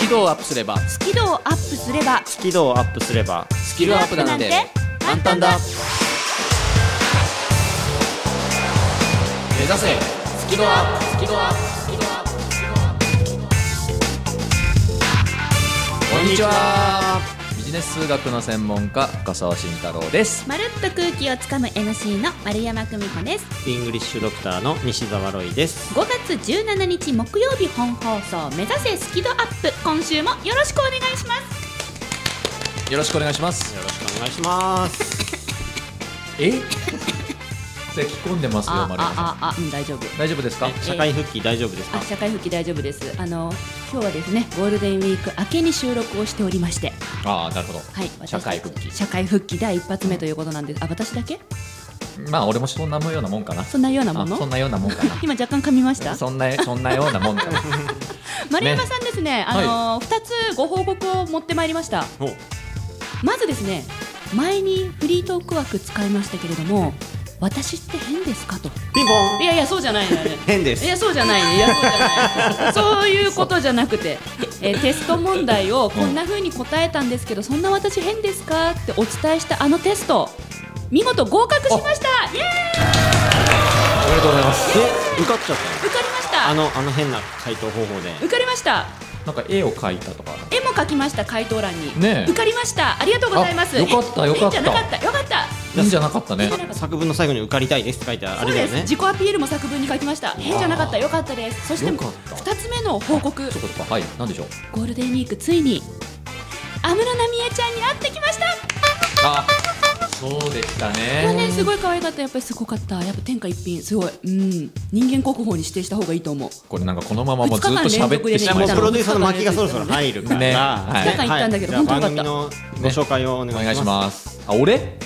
キ度をアップすればスキルをアップすればスキルをアップすればスキルアップなんて簡単だ目指せスキルアップスキルアップスキルアップこんにちはビジネス数学の専門家深澤慎太郎ですまるっと空気をつかむ NC の丸山久美子ですイングリッシュドクターの西澤ロイです5月17日木曜日本放送目指せスキドアップ今週もよろしくお願いしますよろしくお願いしますよろしくお願いしますえ それ着込んでますよ丸山さあああうん大丈夫ん大丈夫ですかえ社会復帰大丈夫ですかあ社会復帰大丈夫ですあの今日はですねゴールデンウィーク明けに収録をしておりましてああなるほどはい私社会復帰社会復帰第一発目ということなんですあ私だけまあ俺もそんなようなもんかなそんなようなもあそんのなような もんかな今若干噛みましたそんなそんなようなもんかな丸山さんですねあの二、つご報告を持ってまいりましたおまずですね前にフリートーク枠使いましたけれども私って変ですかとピンポンいやいやそうじゃないのよ ね変でいすやそうじゃないのいやそうじゃないそういうことじゃなく て、えーテスト問題をこんな風に答えたんですけど、そんな私変ですかってお伝えしたあのテスト見事合格しましたイエーイおめでとうございますえ受かっちゃっ受かりましたのあたのあの変な回答方法で受かりましたなんか絵を描いたとか絵も描きました回答欄に、ねえ受かりましたありがとうございますあよかったよかったいいんじゃなかったよかったいいんじゃなかったねいいんじゃなかった作文の最後に受かりたいですって書いてあそうれでだよす、ね自己アピールも作文に書きました変じゃなかったよかったですそしてよかった2つ目の報告そこそこはいなんでしょうゴールデンウィークついに安室奈美恵ちゃんに会ってきましたあそうでしたもうねねすごい可愛かったやっぱりすごかったやっぱ天下一品すごいうん人間国宝に指定した方がいいと思うこれなんかこのままもうずっと喋ってしまもいうそプうロデューサーの巻きがそろそろ入るから、ねははい二日間行ったんだけどはい本当じよゃかあ番組のご紹介をおお願願いいししまます。あ、俺？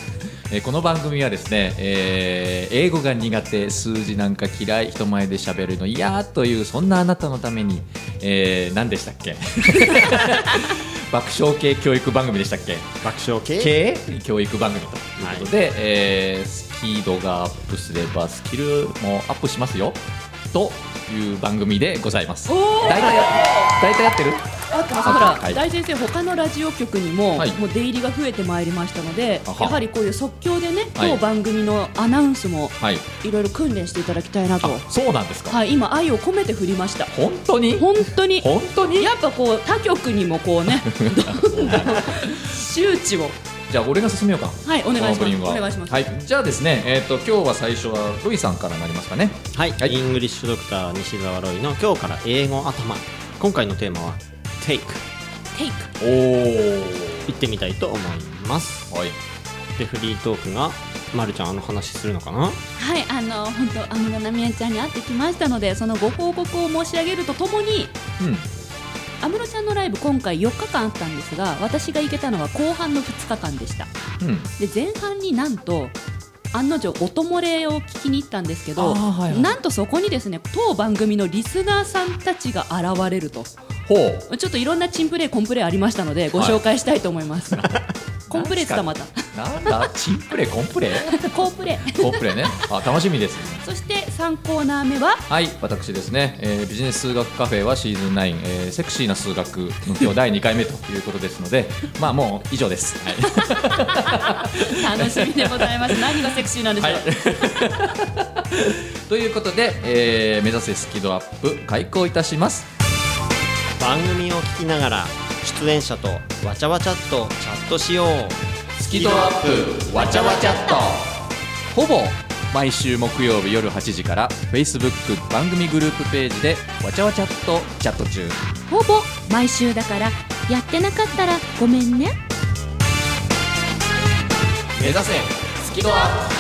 えーこの番組はですね、えー英語が苦手、数字なんか嫌い、人前で喋るの嫌というそんなあなたのために、えー何でしたっけ？ 爆笑系教育番組でしたっけ？す爆笑系系教育番組ということで、えースキードがアップすればスキルもアップしますよという番組でございます。おー大体や大体やってる？あってますほら、はい大先生他のラジオ局にも、はいもう出入りが増えてまいりましたのであやははりこういう即興でねはい当番組のアナウンスもはい。いろいろ訓練していただきたいなとあ、そうなんですか。はい今愛を込めて振りました本当に？本当に本当に？やっぱこう他局にもこ うねどんどん周知をじゃあ俺が進めようか。はいお願いしこのオープニまングすお願いしますはい、じゃあですね、えっ、と今日は最初はルイさんからなりますかね。はい、はいイングリッシュドクター西澤ロイの今日から英語頭今回のテーマは Take テイクおお。行ってみたいと思いますはい。でフリートークがまるちゃんあの話するのかなはいあの本当安室奈美恵ちゃんに会ってきましたのでそのご報告を申し上げるとともにうん。安室ちゃんのライブ今回4日間あったんですが私が行けたのは後半の2日間でしたうん。で前半になんと案の定音漏れを聞きに行ったんですけど、あーはいはいなんとそこにですね当番組のリスナーさんたちが現れるとほう。ちょっといろんなチンプレーコンプレーありましたのでご紹介したいと思 います、コンプレーっつったまたなんだ、チンプレー、コンプレー。コンプレーコンプレーね。あ、楽しみです。そして3コーナー目ははい、私ですね、えービジネス数学カフェはシーズン9、えーセクシーな数学の 今日第2回目ということですので、まあもう以上です。はい。 楽しみでございます何がセクシーなんでしょはう、い、ということで、えー目指せスキドアップ開講いたします。番組を聞きながら出演者とわちゃわちゃっとチャットしようスキドアップわちゃわちゃっとほぼ毎週木曜日夜8時から Facebook 番組グループページでわちゃわちゃっとチャット中ほぼ毎週だからやってなかったらごめんね目指せスキドアップ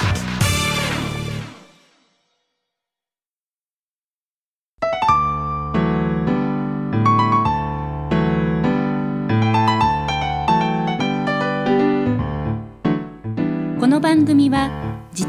この番組は自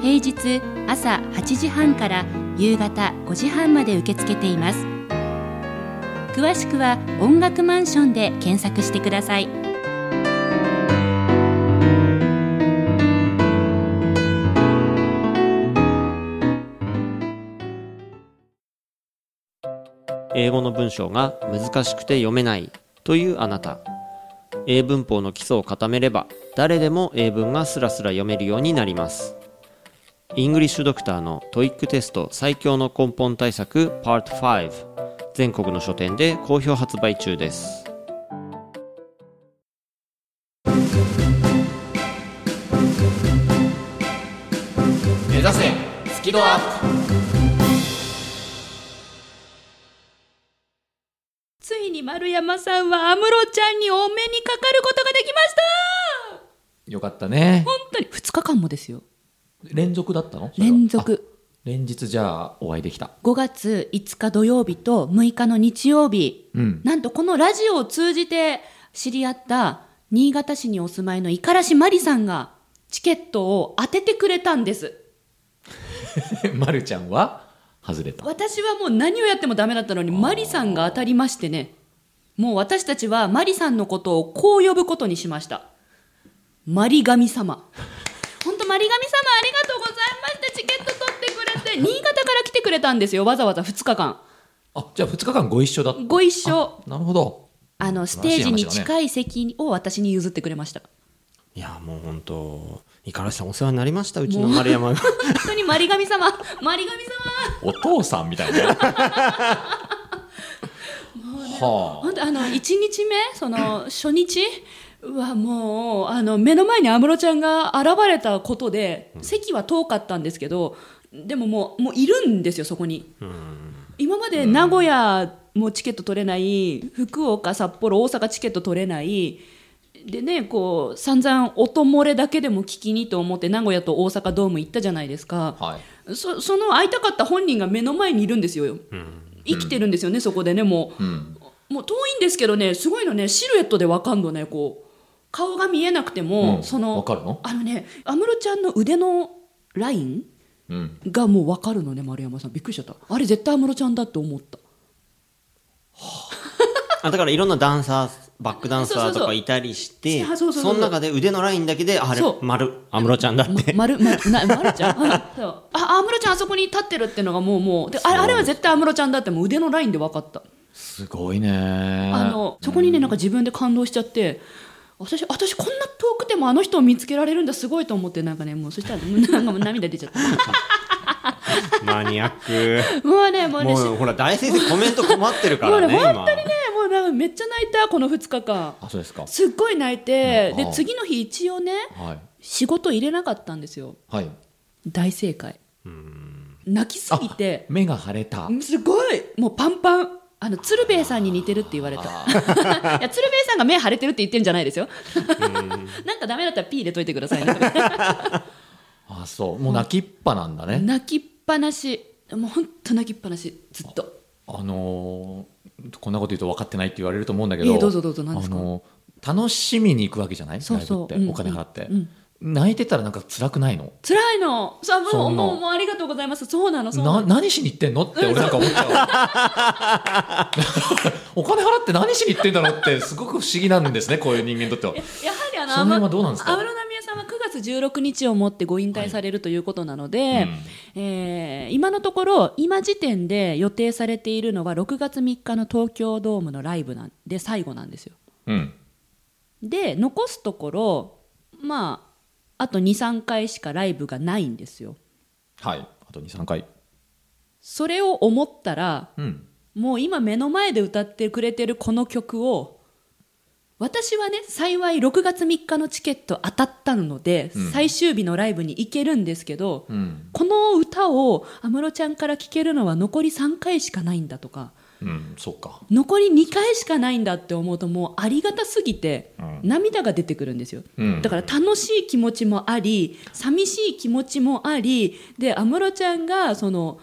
平日朝8時半から夕方5時半まで受け付けています詳しくは音楽マンションで検索してください英語の文章が難しくて読めないというあなた英文法の基礎を固めれば誰でも英文がスラスラ読めるようになりますイングリッシュドクターのトイックテスト最強の根本対策 Part5 全国の書店で好評発売中です目指せスキドアップついに丸山さんは安室ちゃんにお目にかかることができましたよかったね本当に2日間もですよ連続だったのそれは連あ続連日じゃあお会いできた5月5日土曜日と6日の日曜日、うんなんとこのラジオを通じて知り合った新潟市にお住まいの五十嵐麻里さんがチケットを当ててくれたんです まるちゃんは外れた私はもう何をやってもダメだったのにマリさんが当たりましてねもう私たちはマリさんのことをこう呼ぶことにしましたマリ神様本当マリ神様ありがとうございましたチケット取ってくれて新潟から来てくれたんですよわざわざ2日間あじゃあ2日間ご一緒だったご一緒なるほどあのステージに近い席を私に譲ってくれましたいやもう本当五十嵐さんお世話になりましたうちの丸山が本当にマリ神様マリ神様お父さんみ たいなはあ本当あの1日目その初日はもうあの目の前に安室ちゃんが現れたことで席は遠かったんですけどでももうもういるんですよそこに今まで名古屋もチケット取れない福岡札幌大阪チケット取れないでねこう散々音漏れだけでも聞きにと思って名古屋と大阪ドーム行ったじゃないですか、はいそその会いたかった本人が目の前にいるんですよ、生きてるんですよねそこでねもう、んもう遠いんですけどねすごいのねシルエットでわかんのねこう顔が見えなくても、うんそのわかるのあのね安室ちゃんの腕のラインうんがもうわかるのね丸山さんびっくりしちゃったあれ絶対安室ちゃんだって思ったあだからいろんなダンサーバックダンサーそうとそうそかういたりしてあそうそうそうそうの中で腕のラインだけであれそう丸安室ちゃん だってまる、ま、な、まるち ゃん。あ、そうあ安室ちゃんあそこに立ってるってのがもう、もう、で、あれ、あれは絶対安室ちゃんだって、もう腕のラインで分かった。すごいねあの、そこにね、なんか自分で感動しちゃって。私、私こんな遠くてもあの人を見つけられるんだ、すごいと思って、なんかね、もう、そしたら、もうなんかもう涙出ちゃった。マニアッ もう ね、もうクね、しもうほら大先生コメント困ってるかもうらね、ね本今当にね、もう、なんか、めっちゃ泣いた、この2日間。あそうですかすっごい泣いて、うでん、次の日、一応ね、はい仕事入れなかったんですよ。はい大正解。泣きすぎて。目が腫れたすごいもうパンパンあの鶴瓶さんに似てるって言われた いや鶴瓶さんが目腫れてるって言ってるんじゃないですよ なんかダメだったらピー入れといてくださいねあそうもう泣きっぱなんだね泣きっぱなしもう本当泣きっぱなしずっとあのーこんなこと言うと分かってないって言われると思うんだけどいえどうぞどうぞ何ですかあのー楽しみに行くわけじゃないそうそうライブってうお金ん払ってうん泣いてたらなんか辛くないの辛いのさあもそうんなもうもうありがとうございますそうなのそうななの何しに行ってんのって俺なんか思っちゃう お金払って何しに行ってんだろうってすごく不思議なんですねこういう人間にとってはやはりあのその辺はどうなんですか安室奈美恵さんは9月16日をもってご引退されるということなので、えー今のところ今時点で予定されているのは6月3日の東京ドームのライブなんで最後なんですようんで残すところまああと23回しかライブがないんですよはいあと23回それを思ったらうんもう今目の前で歌ってくれてるこの曲を私はね幸い6月3日のチケット当たったので、うん最終日のライブに行けるんですけど、うんこの歌を安室ちゃんから聴けるのは残り3回しかないんだとかうんそっか残り2回しかないんだって思うともうありがたすぎてうん涙が出てくるんですよ、うんだから楽しい気持ちもあり寂しい気持ちもありで安室ちゃんがその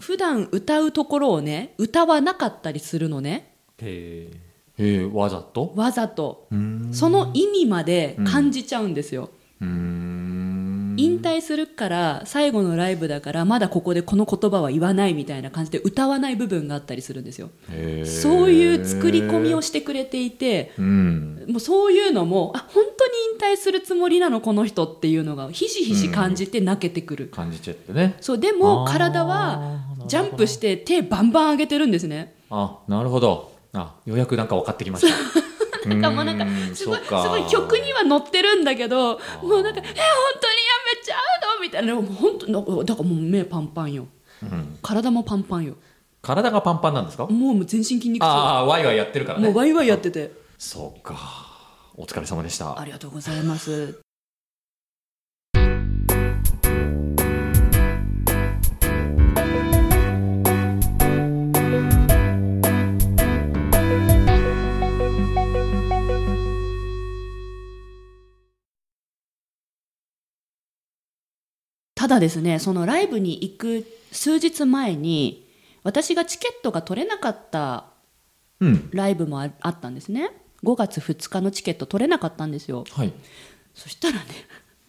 普段歌うところをね歌わなかったりするのねへええー、わざとわざとうーんその意味まで感じちゃうんですよ、うーん引退するから最後のライブだからまだここでこの言葉は言わないみたいな感じで歌わない部分があったりするんですよへーそういう作り込みをしてくれていてうんもうそういうのもあ本当に引退するつもりなのこの人っていうのがひしひし感じて泣けてくる、感じちゃってねそうでもあーな体るはほどジャンプして手バンバン上げてるんですねあなるほどあようやくなんか分かってきました なんかもうなんかうーんすごいそすうかごい曲には乗ってるんだけどーもうなんか「え本当にやめちゃうの?」みたいなもう本当なんかだからもう目パンパンようん体もパンパンよ体がパンパンなんですかもうもう全身筋肉痛ああーワイワイやってるからねもうワイワイやっててそうかお疲れ様でしたありがとうございますただですねそのライブに行く数日前に私がチケットが取れなかったうんライブもああったんですね5月2日のチケット取れなかったんですよはいそしたらね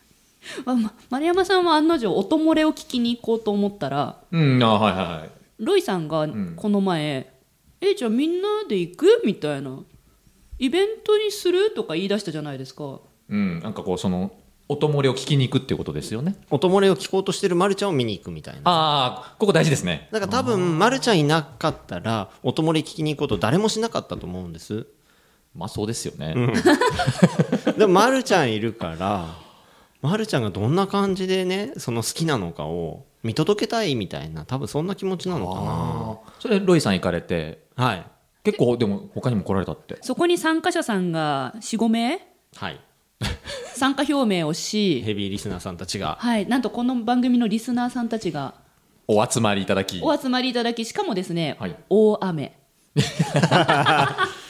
まま丸山さんは案の定音漏れを聞きに行こうと思ったらうんあはいはいはいロイさんがんこの前「えじゃあみんなで行く?」みたいな「イベントにする?」とか言い出したじゃないですかうんなんかこうその音漏れを聞きに行くっていうことですよね音漏れを聞こうとしてるまるちゃんを見に行くみたいなああここ大事ですねだから多分まるちゃんいなかったら音漏れ聞きに行くこと誰もしなかったと思うんですまあそうですよね、でもまるちゃんいる からまるちゃんがどんな感じでねその好きなのかを見届けたいみたいな多分そんな気持ちなのあかあそれロイさん行かれてなはい結構でも他にも来られたってそこに参加者さんが45名はい参加表明をし、ヘビーリスナーさんたちがはい、なんとこの番組のリスナーさんたちがお集まりいただきお集まりいただきしかもですね、はい大雨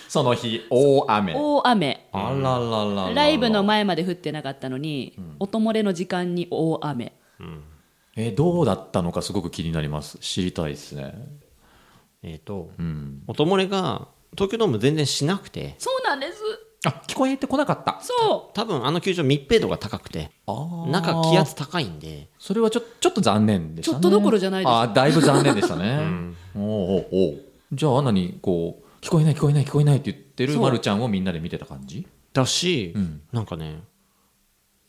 その日大雨大雨あらららららライブの前まで降ってなかったのに、音漏れの時間に大雨えどうだったのかすごく気になります知りたいですねえっ、とうん音漏れが東京ドーム全然しなくてそうなんですあ聞こえてこなかったそ多分あの球場密閉度が高くてあー中気圧高いんでそれはちょちょっと残念でしたねちょっとどころじゃないですあーだいぶ残念でした ね、おうおうおうじゃあ何こう聞こえない聞こえない聞こえないって言ってるそうまるちゃんをみんなで見てた感じだし、うんなんかね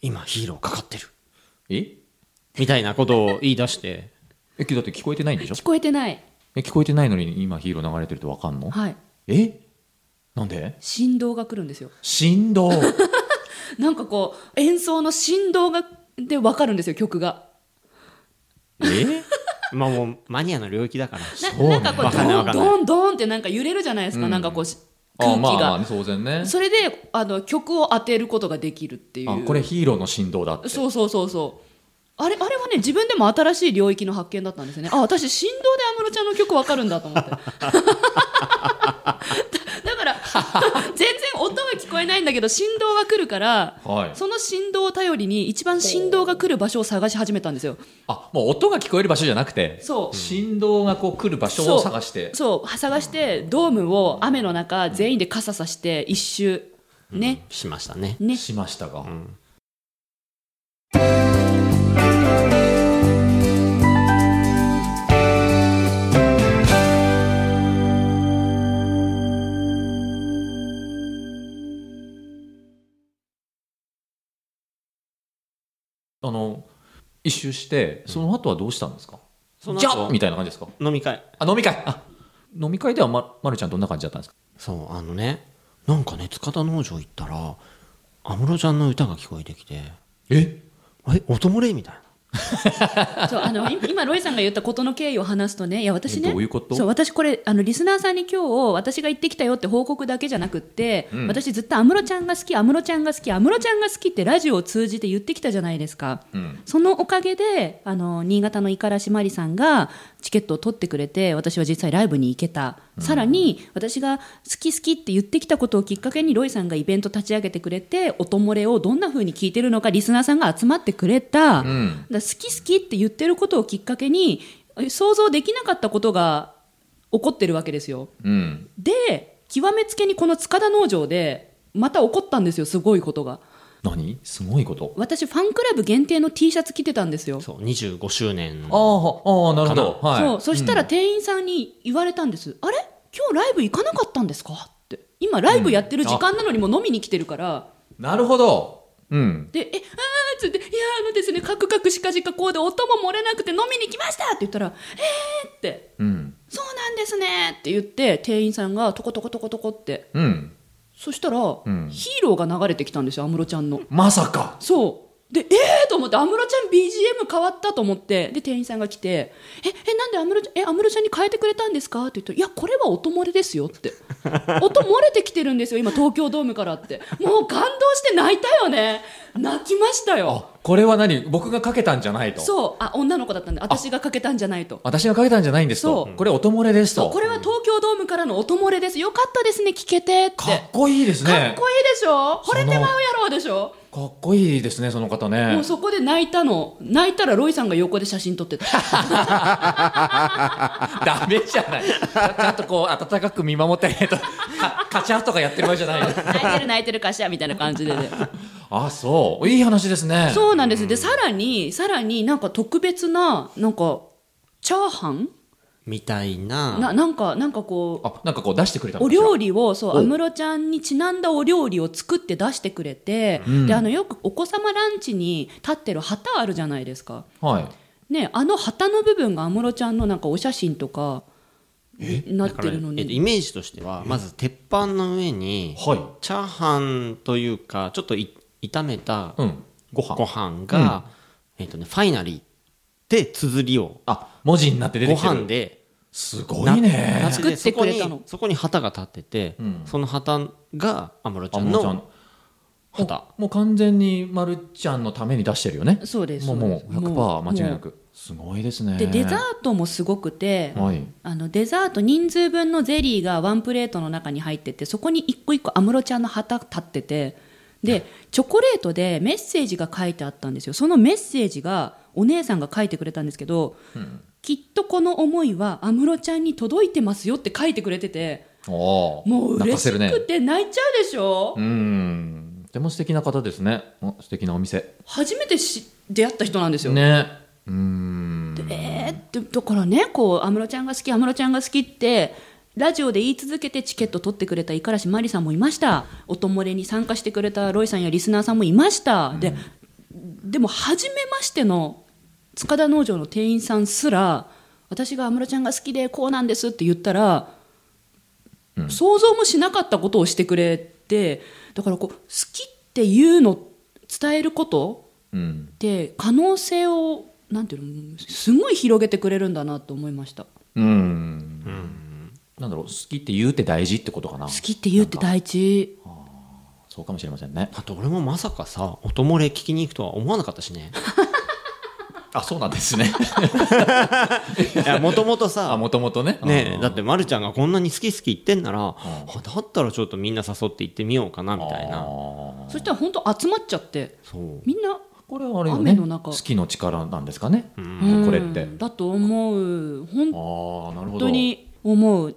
今ヒーローかかってるえみたいなことを言い出してえだって聞こえてないんでしょう聞こえてないえ聞こえてないのに今ヒーロー流れてるとわかんのはいえなんで振動が来るんですよ振 動なんかこう演奏の振動がで分かるんですよ曲が え まあもうマニアの領域だからなそうなねんかこわかんないうわドかンんないドンドンってなんか揺れるじゃないですか、うんなんかこうし空あ気まあまあがね当然ねそれであの曲を当てることができるっていうあこれヒーローの振動だってそうそうそうそうあれあれはね自分でも新しい領域の発見だったんですねあ私振動で安室ちゃんの曲わかるんだと思って だだから 全然音が聞こえないんだけど振動が来るからはいその振動を頼りに一番振動が来る場所を探し始めたんですよあもう音が聞こえる場所じゃなくてそう振動がこう来る場所を探してそうそう探してドームを雨の中全員で傘さして一周ね、しましたねねしましたが、あの一周してその後はどうしたんですか、そのじゃ後あみたいな感じですか飲み会あ飲み会あ飲み会ではままるちゃんどんな感じだったんですかそうあのねなんかね塚田農場行ったら安室ちゃんの歌が聞こえてきてええ音漏れみたいな そうあのい今ロイさんが言ったことの経緯を話すとねいや私ねえどういうことそう私これあのリスナーさんに今日私が行ってきたよって報告だけじゃなくって、うん私ずっと安室ちゃんが好き安室ちゃんが好き安室ちゃんが好きってラジオを通じて言ってきたじゃないですか。うんそのおかげであの新潟の五十嵐麻里さんがチケットを取ってくれて私は実際ライブに行けた、さらに私が好き好きって言ってきたことをきっかけにロイさんがイベント立ち上げてくれて音漏れをどんな風に聞いてるのかリスナーさんが集まってくれた、うんだから好き好きって言ってることをきっかけに想像できなかったことが起こってるわけですよ。うんで極めつけにこの塚田農場でまた起こったんですよすごいことが何すごいこと私ファンクラブ限定の T シャツ着てたんですよそう25周年ああああなるほど、はい、そうそしたら店員さんに言われたんです、あれ今日ライブ行かなかったんですかって今ライブやってる時間なのにもう飲みに来てるから、なるほどうんで「えあー」っつって「いやーあのですねカクカクしかじかこうで音も漏れなくて飲みに来ました」って言ったら「えー」ってうん「そうなんですね」って言って店員さんがトコトコトコトコってうんそしたら、んヒーローが流れてきたんですよ安室ちゃんのまさかそうでええー、と思って安室ちゃん BGM 変わったと思ってで店員さんが来て「ええなんで安室ちゃんえ安室ちゃんに変えてくれたんですか?」って言ったら「いやこれは音漏れですよ」 って「音漏れてきてるんですよ今東京ドームから」ってもう感動して泣いたよね泣きましたよあこれは何僕がかけたんじゃないとそうあ女の子だったんで私がかけたんじゃないと私がかけたんじゃないんですとそうこれ音漏れですそとうこれは東京ドームからの音漏れですよかったですね聞けてってかっこいいですかっねこいいでしょ惚れてまうそやのろでしょかっこいいですねその方ねもうそこで泣いたの泣いたらロイさんが横で写真 撮ってたダメじゃないちゃちゃんとこう温かく見守ってあげ ないとかカチャとかやってる場合じゃない泣いてる泣いてるかしらみたいな感じでねあそういい話ですねそうなんですでさらにさらになんか特別ななんかチャーハンみたいなななんかなんかこうあなんかこう出してくれたのおかしら料理をそうお安室ちゃんにちなんだお料理を作って出してくれて、んであのよくお子様ランチに立ってる旗あるじゃないですかはいねあの旗の部分が安室ちゃんのなんかお写真とかなってるのえっとにイメージとしてはまず鉄板の上にはいチャーハンというかちょっとい炒めたうんご飯ご飯が、えっとね、ファイナリーって綴りをあ文字になって出てごきてる飯ですごいねな作ってくれたのそこにそこに旗が立ってて、んその旗が安室ちゃん安室ちゃんの旗もう完全にまるちゃんのために出してるよねそうですもうもうそうです100%間違いなくすごいですねでデザートもすごくて、はいあのデザート人数分のゼリーがワンプレートの中に入っててそこに一個一個安室ちゃんの旗立っててでチョコレートでメッセージが書いてあったんですよそのメッセージがお姉さんが書いてくれたんですけど、きっとこの思いは安室ちゃんに届いてますよって書いてくれてておーもう泣嬉かせしるねくて泣いちゃうでしょ、うんとても素敵な方ですねあ素敵なお店初めてし出会った人なんですよ、ねうんえー、ってだからねこう安室ちゃんが好き安室ちゃんが好きってラジオで言い続けてチケット取ってくれた五十嵐マリさんもいました音漏れに参加してくれたロイさんやリスナーさんもいました、ででも初めましての塚田農場の店員さんすら私が安室ちゃんが好きでこうなんですって言ったら、想像もしなかったことをしてくれてだからこう好きっていうの伝えることうんで可能性をなんていうのすごい広げてくれるんだなと思いました好うんなんだろう好きって言うって大事ってことかなきって言うって大事そうかもしれませんねだって俺もまさかさ音漏れ聞きに行くとは思わなかったしねあそうなんですねいやもともと あさもともとねねうえんだってまるちゃんがこんなに好き好き言ってんなら、あだったらちょっとみんな誘って行ってみようかなみたいあなーそしたら本当集まっちゃってそうみんなこれはあれよ雨ねの中好きの力なんですかねうんこれってだと思うあ本あなるほど当に思う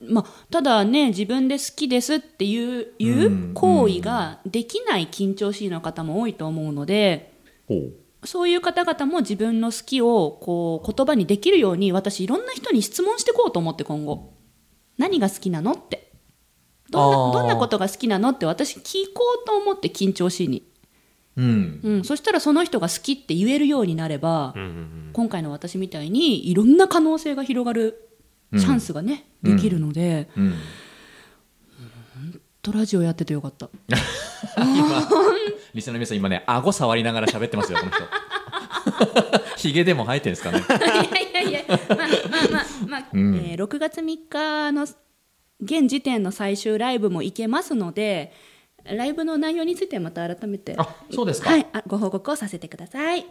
まあ、ただね自分で好きですっていういうんう行為ができない緊張しいの方も多いと思うので、ほうそういう方々も自分の好きをこう言葉にできるように私いろんな人に質問していこうと思って今後何が好きなのってどんなあーどんなことが好きなのって私聞こうと思って緊張しいに、うんうん、そしたらその人が好きって言えるようになれば、うんうんうん今回の私みたいにいろんな可能性が広がるチャンスがね、うんできるので、うんとラジオやっててよ かったリスナーの皆さん今ね顎触りながら喋ってますよこの人 ヒゲでも生えてるんですかねいやいやいや、まあまあまあ、まあえー6月3日の現時点の最終ライブも行けますので、ライブの内容についてはまた改めて、あそうですか、はい、あご報告をさせてください。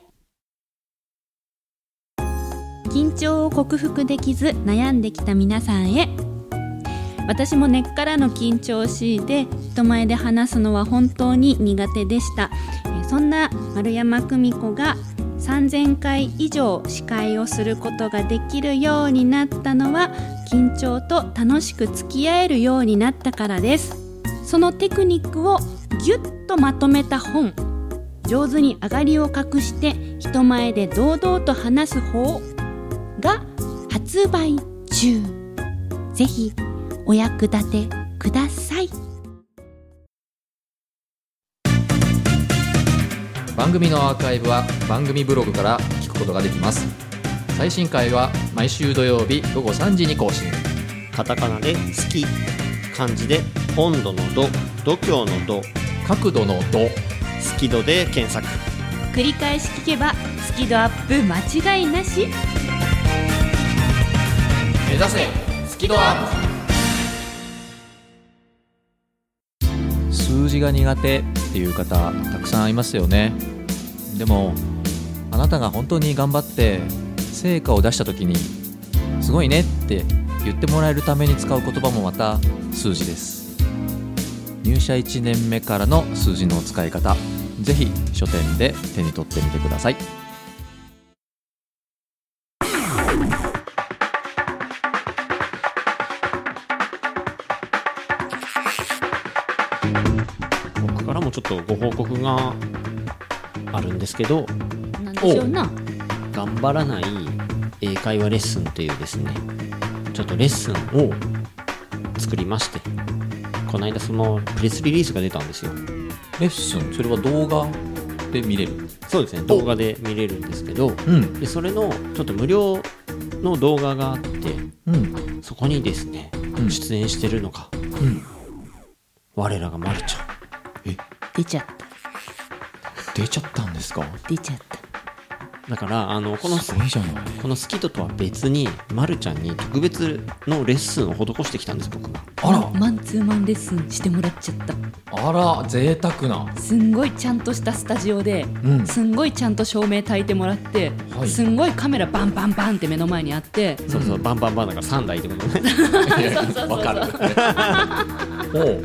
緊張を克服できず悩んできた皆さんへ私も根っからの緊張を強いて人前で話すのは本当に苦手でしたえーそんな丸山久美子が3000回以上司会をすることができるようになったのは緊張と楽しく付き合えるようになったからですそのテクニックをぎゅっとまとめた本上手に上がりを隠して人前で堂々と話す方が発売中ぜひお役立てください番組のアーカイブは番組ブログから聞くことができます最新回は毎週土曜日午後3時に更新カタカナで「好き」漢字で「温度の度」「度胸の度」角度の度「好き度」で検索繰り返し聞けばスキドアップ間違いなし目指せスキドアップ数字が苦手っていう方たくさんいますよねでもあなたが本当に頑張って成果を出した時に「すごいね」って言ってもらえるために使う言葉もまた数字です入社1年目からの数字の使い方ぜひ書店で手に取ってみてください僕からもちょっとご報告があるんですけどなんでしょうな頑張らない英会話レッスンというですねちょっとレッスンを作りましてこの間そのプレスリリースが出たんですよレッスンそれは動画で見れるそうですね動画で見れるんですけどうんでそれのちょっと無料の動画があってうんそこにですね、うん出演してるのが、ん我らがまるちゃん出ちゃった出ちゃったんですか出ちゃっただからあのこのすごいじゃないこのスキトとは別にまるちゃんに特別のレッスンを施してきたんです僕があらマンツーマンレッスンしてもらっちゃったあら贅沢 なすんごいちゃんとしたスタジオで、うんすんごいちゃんと照明焚いてもらって、はいすんごいカメラバンバンバンって目の前にあってそうそうバンバンバンだから3台ってことね わ かるおう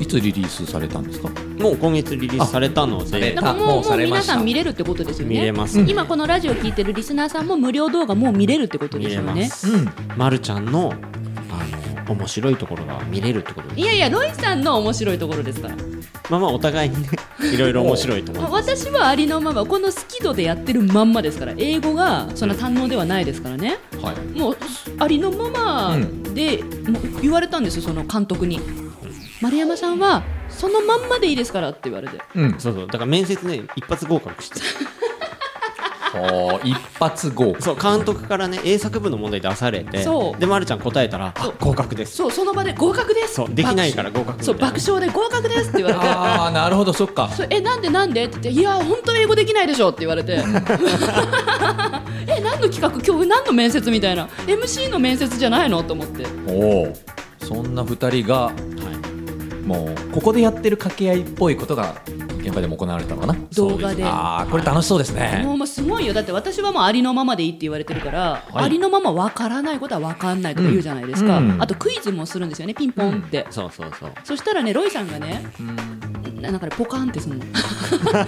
いつリリースされたんですかもう今月リリースされたのされでただからももううもさうれま皆したさん見れるってことですよね見れますうん今このラジオ聞いてるリスナーさんも無料動画もう見れるってこと見ですれよまねす、まるちゃんのあの面白いところが見れるってことでいやいやロイさんの面白いところですからまあまあお互いにねいろいろ面白いと思います私はありのままこの好き度でやってるまんまですから英語がそんな堪能ではないですからねうんはいもうありのままで、もう言われたんですよその監督に丸山さんはそのまんまでいいですからって言われてうんそうそうだから面接ね一発合格してあー一発合格そう監督からね英作文の問題出されてそうでまるちゃん答えたらそうあ合格ですそうその場で合格ですそうできないから合格みたいなそう爆笑で合格ですって言われてああなるほどそっかそうえなんでなんでって言っていや本当英語できないでしょって言われて え何の企画今日何の面接みたいな MC の面接じゃないのと思っておおそんな二人がもうここでやってる掛け合いっぽいことが現場でも行われたのかな動画でああこれ楽しそうですもねうもうすごいよだって私はもうありのままでいいって言われてるから、はいありのままわからないことはわかんないとか言うじゃないですか、うんあとクイズもするんですよねピンポンって、そうそうそうそしたらねロイさんがねななんかねポカーンってするのほら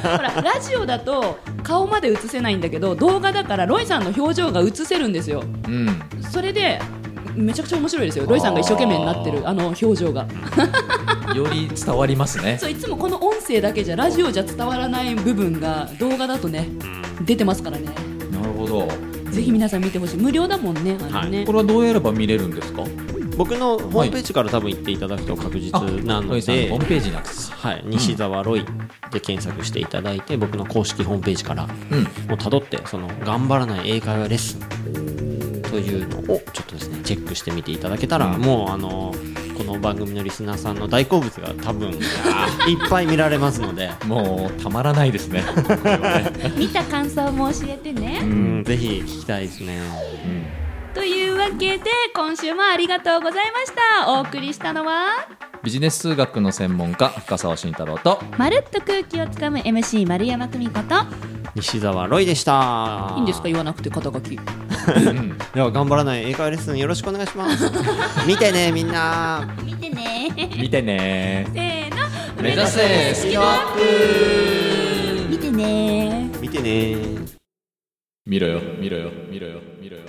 ラジオだと顔まで映せないんだけど動画だからロイさんの表情が映せるんですようんそれでめちゃくちゃ面白いですよロイさんが一生懸命になってるあーあの表情がより伝わりますねそういつもこの音声だけじゃラジオじゃ伝わらない部分が動画だとね出てますからねなるほどぜひ皆さん見てほしい無料だもんねあのね、これはどうやれば見れるんですか僕のホームページから多分行っていただくと確実なのロイさんでホームページにアクセスはい西澤ロイで検索していただいて僕の公式ホームページからうんもう辿ってその頑張らない英会話レッスンというのをちょっとですねチェックしてみていただけたら、うんもうあのこの番組のリスナーさんの大好物が多分いっぱい見られますので、もうたまらないですね。見た感想も教えてねうん、ぜひ聞きたいですね。というわけで今週もありがとうございましたお送りしたのはビジネス数学の専門家深澤慎太郎とまるっと空気をつかむ MC 丸山久美子と西澤ロイでした。いいんですか言わなくて肩書きでは頑張らない英会話レッスンよろしくお願いします。見てねみんな。見てね 見てねせーの目指せスキドアップ見てね見てねてね見ろよ見ろよ見ろよ見ろよ